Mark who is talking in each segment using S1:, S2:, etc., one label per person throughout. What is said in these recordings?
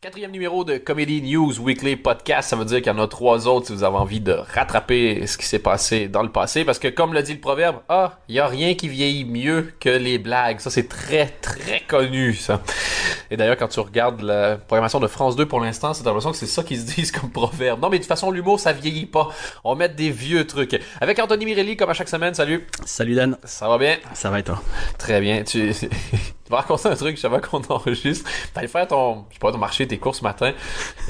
S1: Quatrième numéro de Comedy News Weekly Podcast, ça veut dire qu'il y en a trois autres si vous avez envie de rattraper ce qui s'est passé dans le passé, parce que comme le dit le proverbe, ah, il y a rien qui vieillit mieux que les blagues. Ça, c'est très, très connu, ça. Et d'ailleurs, quand tu regardes la programmation de France 2 pour l'instant, c'est l'impression que c'est ça qu'ils se disent comme proverbe. Non, mais de toute façon, l'humour, ça vieillit pas. On met des vieux trucs. Avec Anthony Mirelli, comme à chaque semaine, salut.
S2: Salut Dan,
S1: Ça va bien?
S2: ça va et toi
S1: Très bien. Tu, tu vas raconter un truc, savais qu'on enregistre. T'allais faire ton, je sais pas, ton marché, tes courses ce matin,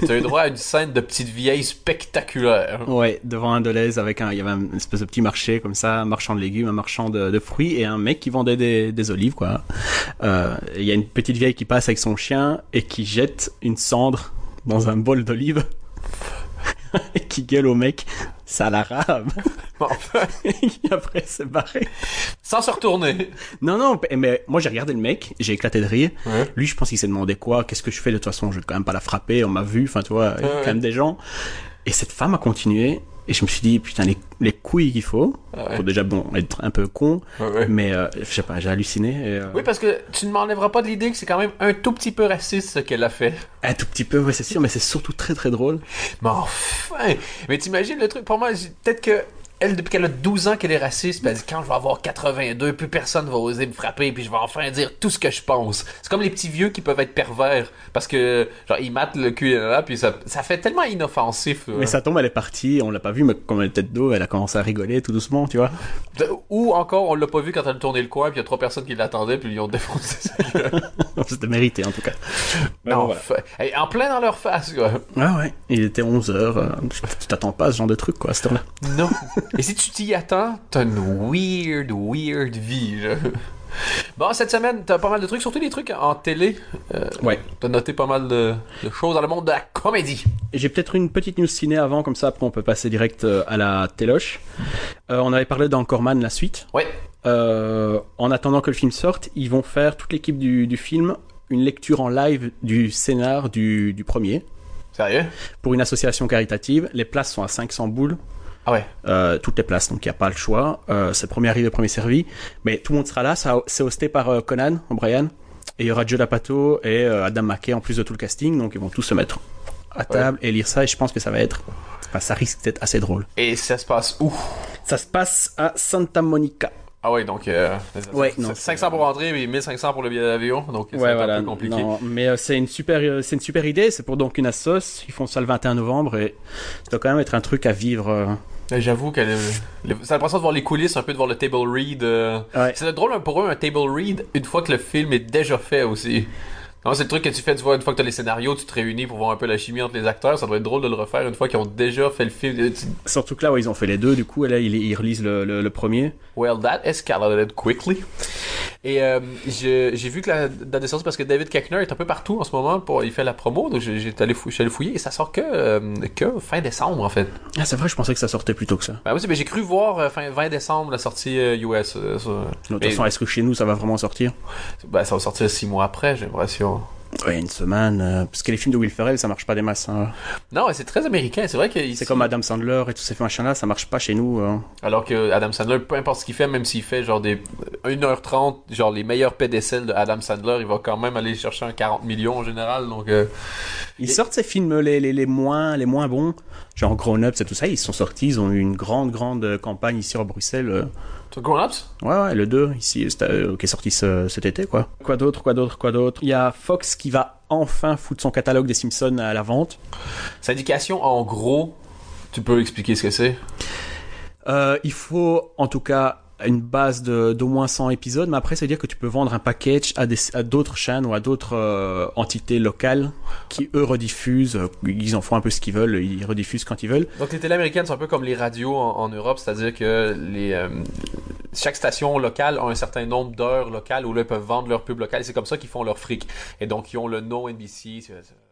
S1: et t'as eu droit à une scène de petite vieille spectaculaire.
S2: Ouais, devant un Deleuze avec un, il y avait une espèce de petit marché comme ça, un marchand de légumes, un marchand de, de fruits et un mec qui vendait des, des olives quoi. Euh, et Il y a une petite vieille qui passe avec son chien et qui jette une cendre dans un bol d'olives et qui gueule au mec, ça l'arabe.
S1: Bon,
S2: et qui après s'est barré.
S1: sans se retourner.
S2: Non non, mais moi j'ai regardé le mec, j'ai éclaté de rire.
S1: Ouais.
S2: Lui, je pense qu'il s'est demandé quoi, qu'est-ce que je fais de toute façon, je vais quand même pas la frapper, on m'a vu, enfin tu vois, il y a
S1: Ouais, ouais.
S2: quand même des gens. Et cette femme a continué, et je me suis dit, putain, les, les couilles qu'il faut,
S1: Ah ouais.
S2: faut déjà, bon, être un peu con,
S1: Ouais, ouais.
S2: mais euh, je sais pas, j'ai halluciné, et, euh,
S1: Oui, parce que tu ne m'enlèveras pas de l'idée que c'est quand même un tout petit peu raciste ce qu'elle a fait.
S2: un tout petit peu, ouais, c'est sûr, mais c'est surtout très très drôle.
S1: Mais enfin! Mais t'imagines le truc, pour moi, j'ai- peut-être que. Elle, depuis qu'elle a 12 ans qu'elle est raciste, puis elle dit quand je vais avoir 82, plus personne va oser me frapper, puis je vais enfin dire tout ce que je pense. C'est comme les petits vieux qui peuvent être pervers, parce que, genre, ils matent le cul, et là, là, puis ça, ça fait tellement inoffensif. euh.
S2: Mais ça tombe, elle est partie, on l'a pas vue, mais comme elle était de dos, elle a commencé à rigoler tout doucement, tu vois.
S1: De- Ou encore, on l'a pas vu quand elle a tourné le coin, puis il y a trois personnes qui l'attendaient, puis ils ont défoncé ça.
S2: C'était mérité en tout cas.
S1: Non, fa- hey, en plein dans leur face, quoi.
S2: Ah ouais, il était 11h, tu t'attends pas à ce genre de truc, quoi, à cette heure-là.
S1: Non. Et si tu t'y attends, t'as une weird, weird vie. là. Bon, cette semaine, t'as pas mal de trucs, surtout des trucs en télé. Euh,
S2: Ouais.
S1: T'as noté pas mal de, de choses dans le monde de la comédie.
S2: J'ai peut-être une petite news ciné avant, comme ça après on peut passer direct euh, à la téloche. Euh, on avait parlé d'Ancorman, la suite.
S1: Ouais.
S2: Euh, en attendant que le film sorte, ils vont faire, toute l'équipe du, du film, une lecture en live du scénar du, du premier
S1: Sérieux?
S2: pour une association caritative. Les places sont à 500 boules.
S1: Ah ouais.
S2: Euh, toutes les places, donc il n'y a pas le choix. Euh, c'est premier arrivé, premier servi. Mais tout le monde sera là. Ça- C'est hosté par euh, Conan, O'Brien. Et il y aura Joe Lapato et euh, Adam McKay en plus de tout le casting. Donc ils vont tous se mettre à table et lire ça. Et je pense que ça va être. Enfin, ça risque d'être assez drôle.
S1: Et ça se passe où?
S2: Ça se passe à Santa Monica.
S1: Ah ouais, donc... Euh,
S2: Ouais,
S1: c'est-
S2: non, c'est-
S1: 500 pour entrer, mais 1500 pour le billet d'avion, donc c'est
S2: Ouais,
S1: un
S2: voilà.
S1: peu compliqué.
S2: Non, mais euh, c'est une super, euh, c'est une super idée. C'est pour donc une assos. Ils font ça le 21 novembre et ça doit quand même être un truc à vivre. euh.
S1: Mais J'avoue que... le- le- ça a l'impression de voir les coulisses, un peu de voir le table read. euh,
S2: Ouais.
S1: C'est drôle pour eux, un table read, une fois que le film est déjà fait aussi. Non, c'est le truc que tu fais, tu vois, une fois que t'as les scénarios, tu te réunis pour voir un peu la chimie entre les acteurs. Ça doit être drôle de le refaire une fois qu'ils ont déjà fait le film. Euh, tu-
S2: Surtout que là, ouais, ils ont fait les deux. Du coup, et là, ils, ils relisent le, le- le premier.
S1: Well, that escalated quickly. Et euh, je- j'ai vu que la date de sortie, parce que David Keckner est un peu partout en ce moment, pour, il fait la promo, donc j'ai- j'étais allé fou- je suis allé fouiller, et ça sort que, euh, que fin décembre en fait.
S2: Ah, c'est vrai. Je pensais que ça sortait plus tôt que ça.
S1: Ben, oui, c'est- ben, j'ai cru voir euh, fin 20 décembre la sortie euh, US. euh, sur-
S2: De toute
S1: Mais-
S2: façon, est-ce que chez nous, ça va vraiment sortir
S1: ben, ça va sortir six mois après, j'ai l'impression.
S2: Ouais, une semaine. euh, parce que les films de Will Ferrell, ça marche pas des masses. hein.
S1: Non, ouais, c'est très américain, c'est vrai que
S2: C'est comme Adam Sandler et tous ces machins-là, ça marche pas chez nous. hein.
S1: Alors que Adam Sandler, peu importe ce qu'il fait, même s'il fait genre des euh, 1h30, genre les meilleurs pédestels de Adam Sandler, il va quand même aller chercher un 40 millions en général. Donc, euh,
S2: Ils
S1: Et-
S2: sortent ces films les, les, les moins les moins bons, genre Grown Ups et tout ça. Ils sont sortis. Ils ont eu une grande grande euh, campagne ici à Bruxelles. euh,
S1: toi, Grown Ups
S2: Ouais, ouais, le 2, ici, c'est, euh, qui est sorti ce- cet été, quoi. Quoi d'autre, quoi d'autre, quoi d'autre Il y a Fox qui va enfin foutre son catalogue des Simpsons à la vente.
S1: Syndication, en gros, tu peux expliquer ce que c'est
S2: Euh, il faut, en tout cas, une base de, d'au moins 100 épisodes, mais après, ça veut dire que tu peux vendre un package à, des, à d'autres chaînes ou à d'autres euh, entités locales qui, eux, rediffusent. Euh, Ils en font un peu ce qu'ils veulent, ils rediffusent quand ils veulent.
S1: Donc les télés américaines sont un peu comme les radios en, en Europe, c'est-à-dire que les euh, chaque station locale a un certain nombre d'heures locales où là, ils peuvent vendre leur pub local. C'est comme ça qu'ils font leur fric. Et donc ils ont le nom NBC. c'est- c'est-